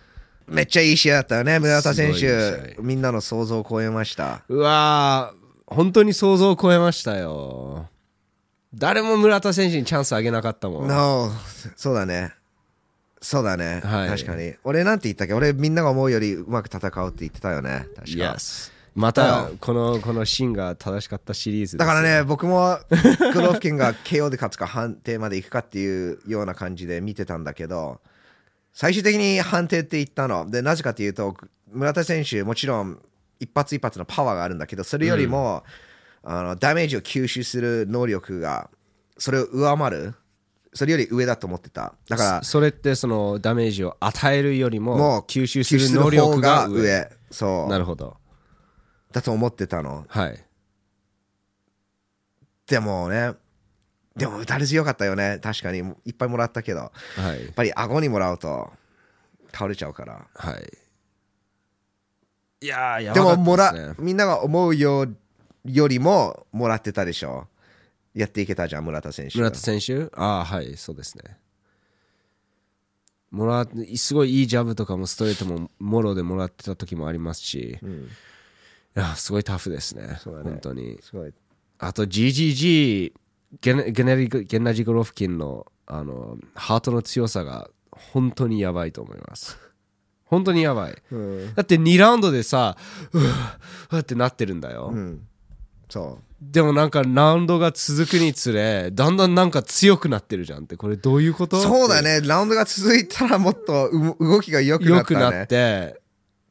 Speaker 1: めっちゃいい試合だったよね村田選
Speaker 2: すごいい
Speaker 1: 手
Speaker 2: い
Speaker 1: みんなの想像を超えました
Speaker 2: うわー本当に想像を超えましたよ誰も村田選手にチャンスあげなかったもん
Speaker 1: No そうだねそうだね、
Speaker 2: はい
Speaker 1: 確かに俺なんて言ったっけ俺みんなが思うよりうまく戦うって言ってたよね確か
Speaker 2: Yes またこのこのシーンが正しかったシリーズで
Speaker 1: だ
Speaker 2: す
Speaker 1: からね僕
Speaker 2: (laughs)
Speaker 1: もクロフキンが KO で勝つか判定まで行くかっていうような感じで見てたんだけど最終的に判定って言ったのでなぜかというと村田選手もちろん一発一発のパワーがあるんだけどそれよりも、あのダメージを吸収する能力がそれを上回るそれより上だと思ってただから
Speaker 2: そそれってそのダメージを与えるよりも
Speaker 1: もう
Speaker 2: 吸収する能力が上
Speaker 1: 吸収する方が上そう
Speaker 2: なるほど
Speaker 1: だと思ってたの
Speaker 2: はい
Speaker 1: でもねでも打たれ強かったよね確かにいっぱいもらったけどや
Speaker 2: はい
Speaker 1: っぱり顎にもらうと倒れちゃうから
Speaker 2: はいいやーや
Speaker 1: でも
Speaker 2: ばか
Speaker 1: も
Speaker 2: った
Speaker 1: ら
Speaker 2: ですね
Speaker 1: みんなが思うよよりももらってたでしょやっていけたじゃん村田選手
Speaker 2: 村田選手ああはいそうですねもらっすごいいいジャブとかもストレートももろでもらってた時もありますし、いやすごいタフですね
Speaker 1: うだね
Speaker 2: 本当に
Speaker 1: すごい
Speaker 2: あと GGG ゲネゲネリゲンナジゴロフキンのあのハートの強さが本当にやばいと思います本当にやばい、だって2ラウンドでさうわうわってなってるんだよ、
Speaker 1: そ
Speaker 2: でもなんかラウンドが続くにつれだんだんなんか強くなってるじゃんってこれどういうこと
Speaker 1: うそうだねラウンドが続いたらもっとう動きが良くな
Speaker 2: 良
Speaker 1: った
Speaker 2: く
Speaker 1: ね
Speaker 2: なって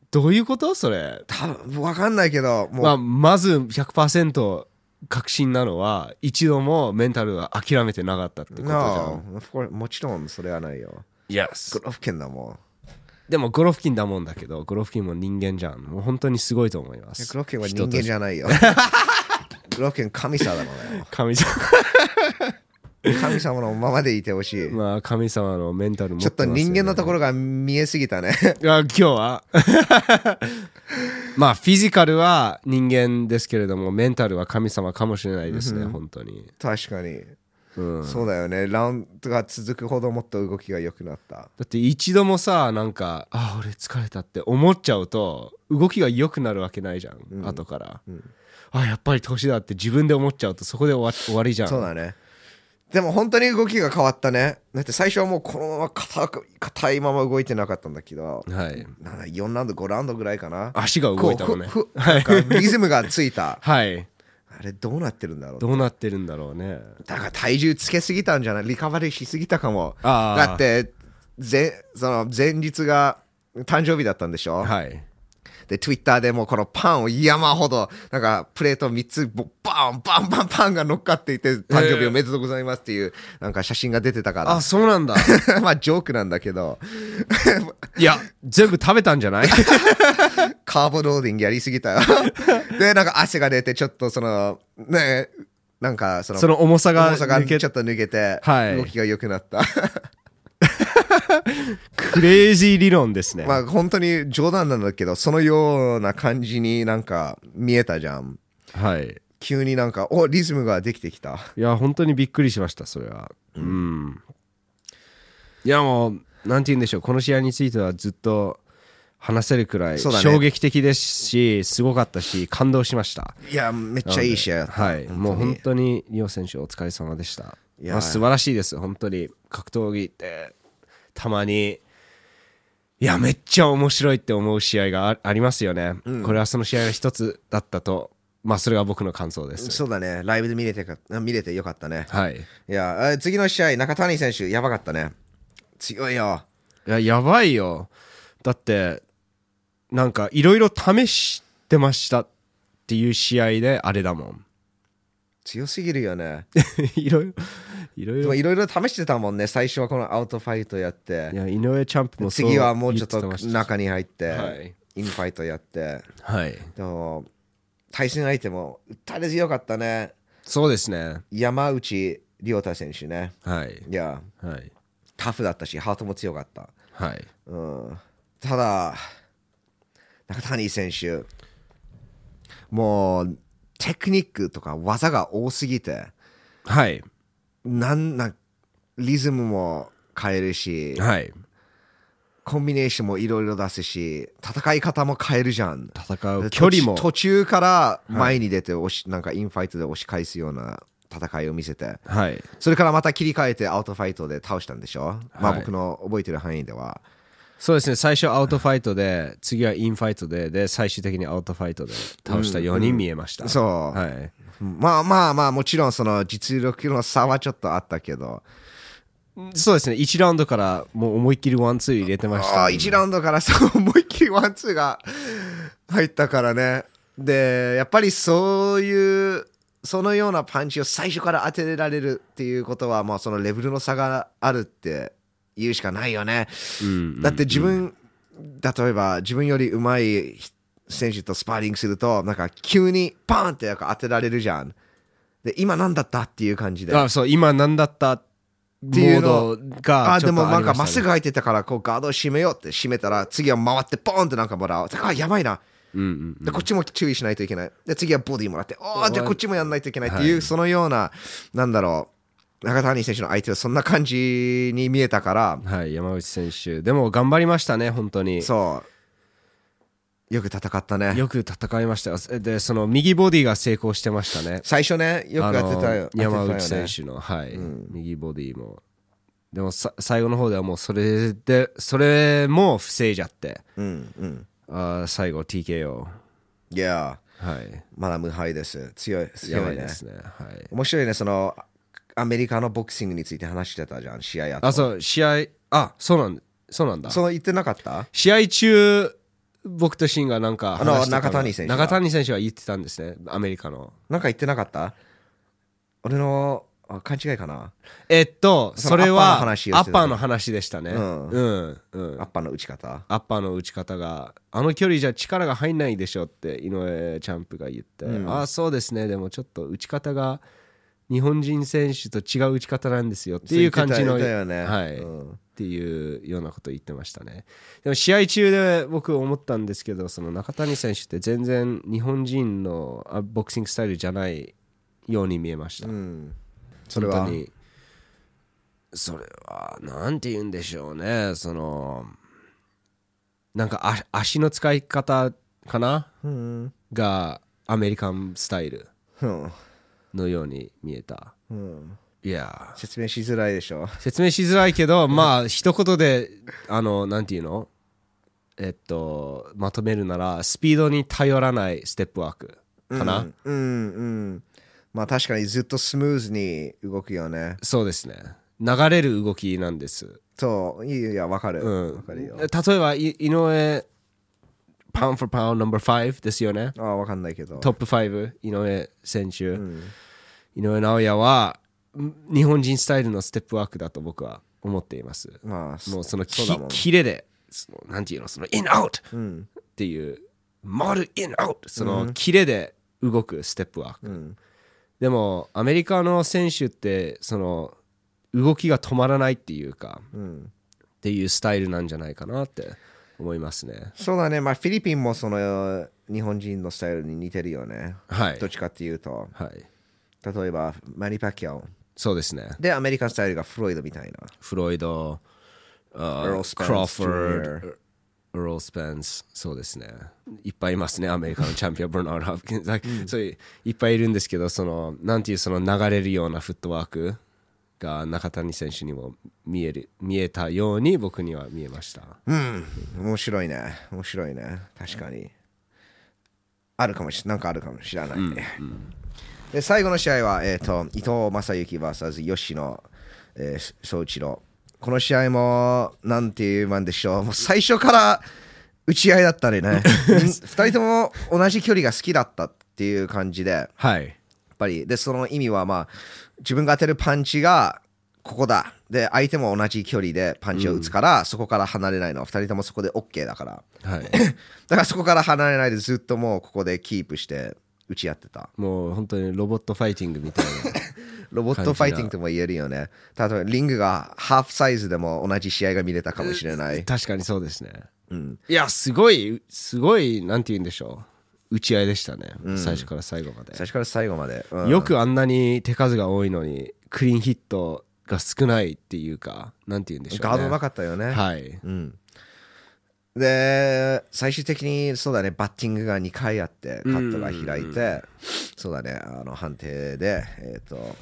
Speaker 2: どういうことそれ
Speaker 1: 多分わかんないけどもう、
Speaker 2: まあ、まず100%確信なのは一度もメンタルは諦めてなかったってことじゃん
Speaker 1: No of course もちろんそれはないよ
Speaker 2: Yes
Speaker 1: グロフケンだもん
Speaker 2: でもゴロフキンだもんだけどゴロフキンも人間じゃんもう本当にすごいと思いま
Speaker 1: いや
Speaker 2: す
Speaker 1: グロフケンは人間じゃないよ (laughs) グロフケン神様だもんね
Speaker 2: 神様
Speaker 1: 神様のままでいてほしい
Speaker 2: まあ神様のメンタルも
Speaker 1: ちょっと人間のところが見えすぎたね (laughs)
Speaker 2: あ今日は (laughs) まあフィジカルは人間ですけれどもメンタルは神様かもしれないですね、本当に
Speaker 1: 確かに、そうだよねラウンドが続くほどもっと動きが良くなった
Speaker 2: だって一度もさなんかあ俺疲れたって思っちゃうと動きが良くなるわけないじゃん、後から、あやっぱり年だって自分で思っちゃうとそこで終わ終わりじゃん
Speaker 1: そうだねでも本当に動きが変わったねだって最初はもうこのまま硬く硬いまま動いてなかったんだけど
Speaker 2: はい
Speaker 1: なんだ4ラウンド5ラウンドぐらいかな
Speaker 2: 足が動いたのね
Speaker 1: こうふふなんかリズムがついた
Speaker 2: はい
Speaker 1: あれどうなってるんだろう
Speaker 2: どうなってるんだろうね
Speaker 1: だから体重つけすぎたんじゃないリカバリーしすぎたかも
Speaker 2: あー
Speaker 1: だってぜその前日が誕生日だったんでしょ、
Speaker 2: はい
Speaker 1: で Twitter でもうこのパンを山ほどなんかプレート3つぼバンバンバンバンが乗っかっていて誕生日おめでとうございますっていうなんか写真が出てたから
Speaker 2: あそうなんだ
Speaker 1: (laughs) まあジョークなんだけど
Speaker 2: いや全部食べたんじ
Speaker 1: (laughs)
Speaker 2: ゃない
Speaker 1: カーボローディングやりすぎた
Speaker 2: (laughs)
Speaker 1: よでなんか汗が出てちょっとそのねなんかその
Speaker 2: その重さが
Speaker 1: 重さが
Speaker 2: 抜け
Speaker 1: ちょっと抜けて
Speaker 2: はい
Speaker 1: 動きが良くなった
Speaker 2: クレイジー理論ですね、
Speaker 1: まあ本当に冗談なんだけどそのような感じになんか見えたじゃん
Speaker 2: はい
Speaker 1: 急になんかおリズムができてきた
Speaker 2: いや本当にびっくりしましたそれはうんいやもうなんて言うんでしょうこの試合についてはずっと話せるくらい
Speaker 1: そうだね
Speaker 2: 衝撃的ですし、すごかったし感動しました
Speaker 1: いやめっちゃいい試合だった
Speaker 2: はいもう
Speaker 1: 本当
Speaker 2: 本
Speaker 1: に
Speaker 2: 当にリオ選手お疲れ様でした
Speaker 1: いや
Speaker 2: まあ素晴らしいです本当に格闘技ってたまにいやめっちゃ面白いって思う試合があありますよね、これはその試合が一つだったとまあそれが僕の感想です
Speaker 1: そうだねライブで見れてか見れてよかったね
Speaker 2: はい
Speaker 1: いやあ次の試合中谷選手やばかったね強いよ
Speaker 2: いや、やばいよ。だって、なんか、いろいろ試してましたっていう試合で、あれだもん。 (laughs)
Speaker 1: 強すぎるよね
Speaker 2: いろいろ、いろい
Speaker 1: で
Speaker 2: ろ。
Speaker 1: も
Speaker 2: い
Speaker 1: いろいろ試してたもんね最初はこのアウトファイトやって
Speaker 2: や、井上チャンプもそう
Speaker 1: 次はもうちょっ
Speaker 2: 言
Speaker 1: と
Speaker 2: てました
Speaker 1: 中に入って、
Speaker 2: はい
Speaker 1: インファイトやって
Speaker 2: はい。
Speaker 1: でも対戦相手も打たれ強かったね
Speaker 2: そうですね。
Speaker 1: 山内亮太選手ね
Speaker 2: はい。
Speaker 1: いや
Speaker 2: はい。
Speaker 1: タフだったしハートも強かった、
Speaker 2: はい。
Speaker 1: うん、ただ中谷選手もうテクニックとか技が多すぎて
Speaker 2: はい。
Speaker 1: なんなんリズムも変えるし
Speaker 2: はい。
Speaker 1: コンビネーションもいろいろ出すし戦い方も変えるじゃん
Speaker 2: 戦う
Speaker 1: で
Speaker 2: (laughs) 距離も
Speaker 1: 途。途中から前に出て押し、なんかインファイトで押し返すような戦いを見せて
Speaker 2: はい。
Speaker 1: それからまた切り替えてアウトファイトで倒したんでしょ、まあ
Speaker 2: はい
Speaker 1: 僕の覚えてる範囲で
Speaker 2: (laughs)
Speaker 1: は
Speaker 2: そうですね。最初アウトファイトで、次はインファイトで、で、最終的にアウトファイトで倒したように見えました。
Speaker 1: そう、
Speaker 2: はい。
Speaker 1: まあまあまあもちろんその実力の差はちょっとあったけど
Speaker 2: そうですね。1ラウンドからもう思いっきりワンツー入れてました
Speaker 1: あ
Speaker 2: も
Speaker 1: あ
Speaker 2: んね。
Speaker 1: 1ラウンドからそう思いっきりワンツーが入ったからねでやっぱりそういうそのようなパンチを最初から当てられるっていうことはまあそのレベルの差があるって言うしかないよね、
Speaker 2: うん
Speaker 1: だって自分、例えば自分より上手い選手とスパーリングするとなんか急にパーンってなんか当てられるじゃんで今何だったっていう感じで
Speaker 2: あそう今何だったモ
Speaker 1: ていう
Speaker 2: ー
Speaker 1: の
Speaker 2: ドが
Speaker 1: あ
Speaker 2: ちょ
Speaker 1: で
Speaker 2: っと
Speaker 1: も
Speaker 2: あ
Speaker 1: なん
Speaker 2: り
Speaker 1: か
Speaker 2: ま
Speaker 1: まっ
Speaker 2: し
Speaker 1: すぐ
Speaker 2: たね
Speaker 1: 入ってたからこうガードを閉めようって閉めたら次は回ってポーンってなんかもらうあやばいな
Speaker 2: うんうん
Speaker 1: でこっちも注意しないといけないで次はボディもらってお
Speaker 2: う
Speaker 1: ー
Speaker 2: ん
Speaker 1: じゃあこっちもやんないといけないっていう、
Speaker 2: はい
Speaker 1: そのようななんだろう中谷選手の相手はそんな感じに見えたから
Speaker 2: はい山口選手でも頑張りましたね本当に
Speaker 1: そうよく戦ったね
Speaker 2: よく戦いましたよでその右ボディが成功してましたね
Speaker 1: 最初ねよく当てたよ
Speaker 2: あの山内
Speaker 1: 当てたよね
Speaker 2: 選手の、はい右ボディもでもさ最後の方ではもうそれでそれも防いじゃって
Speaker 1: うんうん
Speaker 2: あー最後 TKO
Speaker 1: いや
Speaker 2: はい
Speaker 1: まだ無敗です強い強
Speaker 2: やば
Speaker 1: い
Speaker 2: い
Speaker 1: ね
Speaker 2: ですねはい
Speaker 1: 面白いねそのアメリカのボクシングについて話してたじゃん試合後
Speaker 2: あそう試合あそうなんそうなんだ
Speaker 1: その言ってなかった
Speaker 2: 試合中僕とシンがなんか話してた
Speaker 1: あの中谷選手が
Speaker 2: 中谷選手は言ってたんですねアメリカの
Speaker 1: なんか言ってなかった俺のあ勘違いかな
Speaker 2: えっと
Speaker 1: その
Speaker 2: それ
Speaker 1: アッパーの
Speaker 2: はア
Speaker 1: 話をしてた
Speaker 2: ッパーの話でしたね
Speaker 1: うん
Speaker 2: うんうん
Speaker 1: アッパーの打ち方
Speaker 2: アッパーの打ち方があの距離じゃ力が入んないでしょって井上チャンプが言って、ああそうですねでもちょっと打ち方が日本人選手と違う打ち方なんですよっていう感じの
Speaker 1: そう言ってたよね
Speaker 2: はい
Speaker 1: うん
Speaker 2: っていうようなこと言ってましたねでも試合中で僕思ったんですけどその中谷選手って全然日本人のあボクシングスタイルじゃないように見えました、
Speaker 1: うんそれは
Speaker 2: 本当にそれはなんて言うんでしょうねそのなんかあ足の使い方かな、
Speaker 1: ん
Speaker 2: がアメリカンスタイル
Speaker 1: うん
Speaker 2: のように見えた
Speaker 1: うん
Speaker 2: いや
Speaker 1: 説明しづらいでしょ
Speaker 2: ー説明しづらいけ
Speaker 1: (laughs)
Speaker 2: どまあ一言であのなんて言うのえっとまとめるならスピードに頼らないステップワークかな、
Speaker 1: うんうんうんまあ確かにずっとスムーズに動くよね
Speaker 2: そうですね流れる動きなんです
Speaker 1: そういやいやわかるわ、
Speaker 2: うん
Speaker 1: かるよ
Speaker 2: 例えばい井上パウン for パウン No.5 ですよね
Speaker 1: ああわかんないけど
Speaker 2: トップ5井上選手、
Speaker 1: ん
Speaker 2: 井上尚弥はん日本人スタイルのステップワークだと僕は思っています
Speaker 1: まあ
Speaker 2: もうそ
Speaker 1: そ
Speaker 2: の
Speaker 1: う
Speaker 2: き
Speaker 1: だもん
Speaker 2: キレでそのなんていうのそのインアウト
Speaker 1: うん
Speaker 2: っていう回るインアウトそのキレで動くステップワーク、
Speaker 1: うん
Speaker 2: でもアメリカの選手ってその動きが止まらないっていうか
Speaker 1: うん
Speaker 2: っていうスタイルなんじゃないかなって思いますね。
Speaker 1: そうだねまあフィリピンもその日本人のスタイルに似てるよね
Speaker 2: はい
Speaker 1: どっ。ちかっていうと
Speaker 2: はい。
Speaker 1: 例えばマニパキャオ
Speaker 2: そうですね。
Speaker 1: でアメリカンスタイルがフロイドみたいな
Speaker 2: フロイド、あー
Speaker 1: Earl Spence
Speaker 2: クロフォー
Speaker 1: Jr.
Speaker 2: ド、エロー・スペンス、そうですね。いっぱいいますね、アメリカのチャンピオン、 (laughs) ブルナード・ハプキンズ。Like そういう、いっぱいいるんですけど、その、なんていう、その流れるようなフットワークが中谷選手にも見える、見えたように僕には見えました。
Speaker 1: うん面白いね面白いね確かにあるかもしれなんかあるかもしれない、で最後の試合は、えー、と伊藤正幸 VS 吉野えー総一郎この試合もなんていうまんでしょうもう最初から打ち合いだったり (laughs) ね2人とも同じ距離が好きだったっていう感じで
Speaker 2: はい。
Speaker 1: やっぱりでその意味はまあ自分が当てるパンチがここだで相手も同じ距離でパンチを打つから、そこから離れないの2人ともそこで OK だから (laughs)
Speaker 2: はい。
Speaker 1: だからそこから離れないでずっともうここでキープして打ち合ってた
Speaker 2: もう本当にロボットファイティングみたい
Speaker 1: ロボットファイティングとも言えるよね例えばリングがハーフサイズでも同じ試合が見れたかもしれな
Speaker 2: な。
Speaker 1: い
Speaker 2: 確かにそうですね。
Speaker 1: うん
Speaker 2: いや、すごい、すごい、なんて言うんでしょう。打ち合いでしたね。最初から最後まで。
Speaker 1: 最初から最後まで、うん
Speaker 2: よくあんなに手数が多いのに、クリーンヒットが少ないっていうか、なんて言うんでしょう、ね。
Speaker 1: ガードなかったよね、
Speaker 2: はい。
Speaker 1: うんで最終的にそうだねバッティングが2回あってカットが開いてそうだねあの判定でえっ、と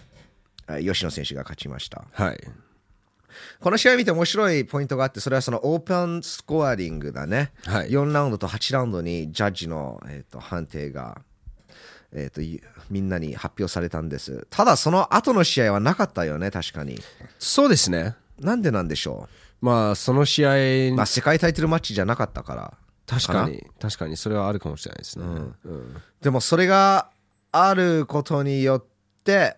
Speaker 1: あ吉野選手が勝ちました
Speaker 2: はい。
Speaker 1: この試合見て面白いポイントがあってそれはそのオープンスコアリングだね、
Speaker 2: はい
Speaker 1: 4ラウンドと8ラウンドにジャッジの、えー、と判定が、えー、といみんなに発表されたんですただその後の試合はなかったよね確かに
Speaker 2: そうですね。
Speaker 1: なんでなんでしょ
Speaker 2: まあ、その試合、
Speaker 1: う、まあ、世界タイトルマッチじゃなかったから
Speaker 2: 確かに、確かに、それはあるかもしれないですね。うん
Speaker 1: でもそれがあることによって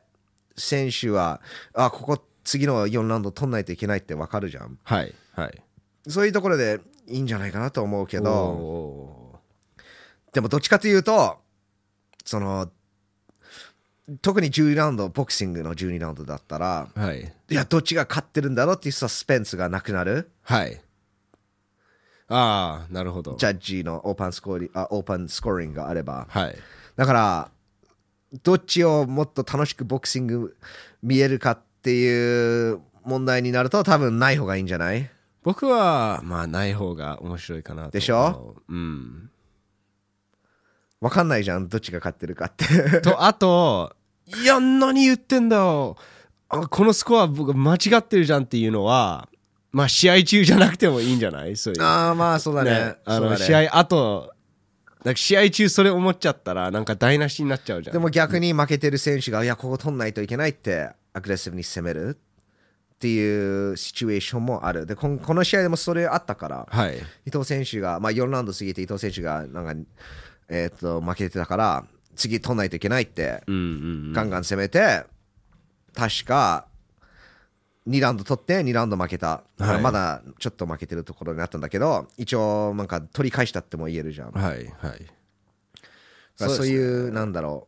Speaker 1: 選手はあここ次の4ラウンド取んないといけないって分かるじゃん
Speaker 2: はい。はい。
Speaker 1: そういうところでいいんじゃないかなと思うけど
Speaker 2: お
Speaker 1: でもどっちかというとその特に12ラウンド、ボクシングの12ラウンドだったら、
Speaker 2: はい
Speaker 1: いや、どっちが勝ってるんだろうっていうサスペンスがなくなる。
Speaker 2: はいああなるほど
Speaker 1: ジャッジのオープンスコーリあオープンスコーリングがあれば。
Speaker 2: はい
Speaker 1: だから、どっちをもっと楽しくボクシング見えるかっていう問題になると、多分ない方がいいんじゃない
Speaker 2: 僕はまあない方が面白いかなと
Speaker 1: でしょ
Speaker 2: うん
Speaker 1: わかんないじゃん、どっちが勝ってるかって。
Speaker 2: とあと「いや何言ってんだよあこのスコア僕間違ってるじゃん」っていうのはまあ試合中じゃなくてもいいんじゃないそうい
Speaker 1: (laughs)
Speaker 2: う
Speaker 1: ああ、まあ、そうだね。
Speaker 2: ね
Speaker 1: そ
Speaker 2: あ
Speaker 1: う
Speaker 2: の
Speaker 1: だね
Speaker 2: 試合あとなんか試合中それ思っちゃったらなんか台無しになっちゃうじゃん
Speaker 1: でも逆に負けてる選手が、いや、ここ取んないといけないって、アグレッシブに攻めるっていうシチュエーションもある。で、こんこの試合でもそれあったから、
Speaker 2: はい
Speaker 1: 伊藤選手が、まあ、4ラウンド過ぎて伊藤選手がなんか、えー、と負けてたから次取んないといけないって
Speaker 2: うんうん
Speaker 1: ガンガン攻めて、確か2ラウンド取って2ラウンド負けた、
Speaker 2: はい
Speaker 1: まだちょっと負けてるところになったんだけど一応なんか取り返したっても言えるじゃん
Speaker 2: はいはい
Speaker 1: そう,、
Speaker 2: そうですね
Speaker 1: いうなんだろ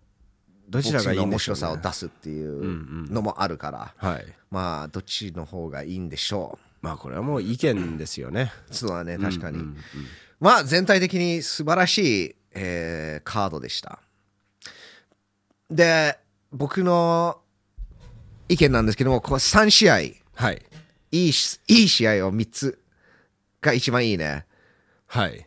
Speaker 1: う
Speaker 2: どちらがいい
Speaker 1: ボ
Speaker 2: んで
Speaker 1: ク
Speaker 2: し
Speaker 1: シ
Speaker 2: ょ
Speaker 1: ングの面白
Speaker 2: うね
Speaker 1: さを出すっていうのもあるから、
Speaker 2: はい
Speaker 1: まあどっちの方がいいんでしょ
Speaker 2: まあこれはもう意見ですよね
Speaker 1: うそうだね確かに、まあ全体的に素晴らしい、えーカードでした。で、僕の意見なんですけども、こう3試合、い
Speaker 2: はい
Speaker 1: いし、いい試合を3つが一番いいね。
Speaker 2: はい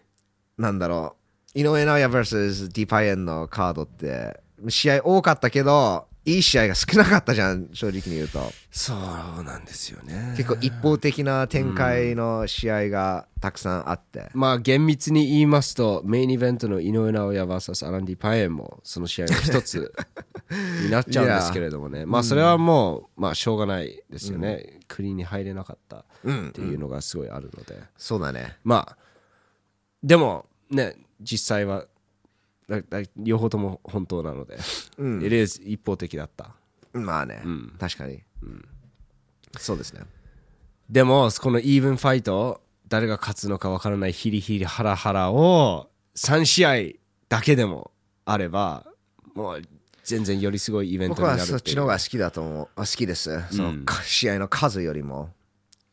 Speaker 1: なんだろう。井上尚弥 vs ディパイエンのカードって、試合多かったけど、いい試合が少なかったじゃん、正直に言うと。
Speaker 2: そうなんですよね
Speaker 1: 結構一方的な展開の試合がたくさんあって。
Speaker 2: まあ厳密に言いますとメインイベントの井上尚弥 VS アランディ・パイエンもその試合の一つになっちゃうんですけれどもねまあそれはもうまあしょうがないですよね、国に入れなかったっていうのがすごいあるので、
Speaker 1: そうだね。
Speaker 2: まあでもね実際はだだ両方とも本当なので、It is 一方的だった
Speaker 1: まあね。確かに。そうですね。
Speaker 2: でもこのイーブンファイト誰が勝つのかわからないヒリヒリハラハラを3試合だけでもあればもう全然よりすごいイベント
Speaker 1: 僕
Speaker 2: にな
Speaker 1: は
Speaker 2: る
Speaker 1: そって
Speaker 2: い
Speaker 1: ち
Speaker 2: う
Speaker 1: の方が好きだと思う。あ好きです。そのか試合の数よりも。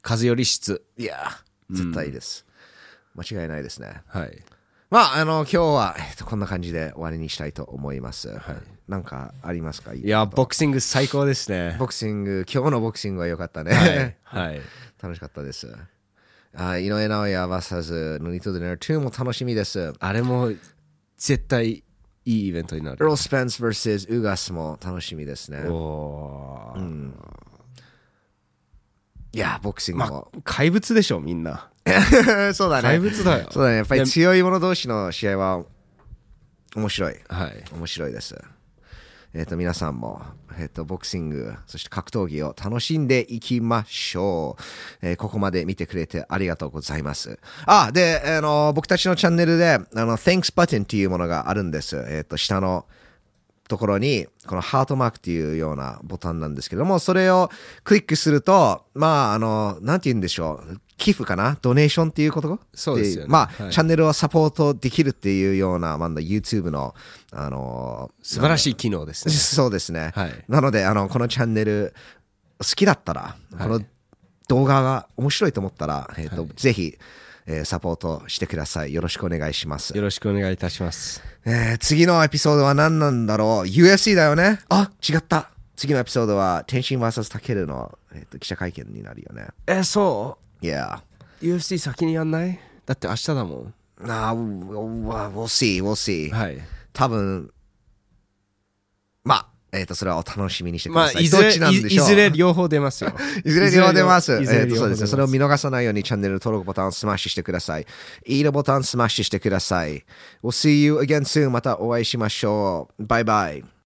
Speaker 2: 風より質
Speaker 1: いやー、絶対いいです。間違いないですね。
Speaker 2: はい
Speaker 1: まあ、あの、今日は、えっと、こんな感じで終わりにしたいと思います。なんかありますか
Speaker 2: いやボクシング最高ですね
Speaker 1: ボクシング、今日のボクシングは良かったね。
Speaker 2: はい、はい、
Speaker 1: (laughs) 楽しかったです。あ井上尚弥 VS ノニトデネル2も楽しみです。
Speaker 2: あれも絶対いいイベントにな
Speaker 1: エ
Speaker 2: る
Speaker 1: ロスペンス VS ウガスも楽しみですね。
Speaker 2: おー
Speaker 1: いやー、ボクシングも。
Speaker 2: 怪物でしょみんな
Speaker 1: そうだね。
Speaker 2: 怪物だよ
Speaker 1: そうだね。やっぱり強い者同士の試合は面白い。
Speaker 2: はい
Speaker 1: 面白いです。えっ、と、皆さんも、えっ、と、ボクシング、そして格闘技を楽しんでいきましょう。えーここまで見てくれてありがとうございます。あ、で、あの、僕たちのチャンネルで、あの、Thanks Button っていうものがあるんです。えっ、と、下のところに、このハートマークっていうようなボタンなんですけども、それをクリックすると、まあ、あの、なんて言うんでしょう。寄付かなドネーションっていうこと
Speaker 2: そうですよね
Speaker 1: まあ、
Speaker 2: はい
Speaker 1: チャンネルをサポートできるっていうような、まだ YouTube の、あのー
Speaker 2: 素晴らしい機能ですね
Speaker 1: そうですね。
Speaker 2: はい
Speaker 1: なので、あの、このチャンネル、好きだったら、この動画が面白いと思ったら、えっ、と、ぜひ、えーサポートしてください。よろしくお願いします。
Speaker 2: よろしくお願いいたします
Speaker 1: えー次のエピソードは何なんだろう ?UFC だよねあ、違った。次のエピソードは、天心 VS タケルの、えーと記者会見になるよね。
Speaker 2: えそう
Speaker 1: Yeah.
Speaker 2: UFC 先にやんないだって明日だも
Speaker 1: あ、uh, we'll see, we'll see.
Speaker 2: んはい
Speaker 1: 多分、まあ、えっ、と、それはお楽しみにしてく
Speaker 2: ま
Speaker 1: だ
Speaker 2: あ
Speaker 1: さい。
Speaker 2: いず
Speaker 1: ど
Speaker 2: れ
Speaker 1: っちなんでしょう
Speaker 2: いずれ両方出ますよ
Speaker 1: (laughs) いずれ両方出ます。え
Speaker 2: いず
Speaker 1: ー
Speaker 2: れ
Speaker 1: と
Speaker 2: 両
Speaker 1: そ
Speaker 2: 方
Speaker 1: うで
Speaker 2: 出ます
Speaker 1: すね。それを見逃さないようにチャンネル登録ボタンをスマッシュしてください。いいねボタンスマッシュしてください。We'll see you again soon. またお会いしましょう。バイバイ。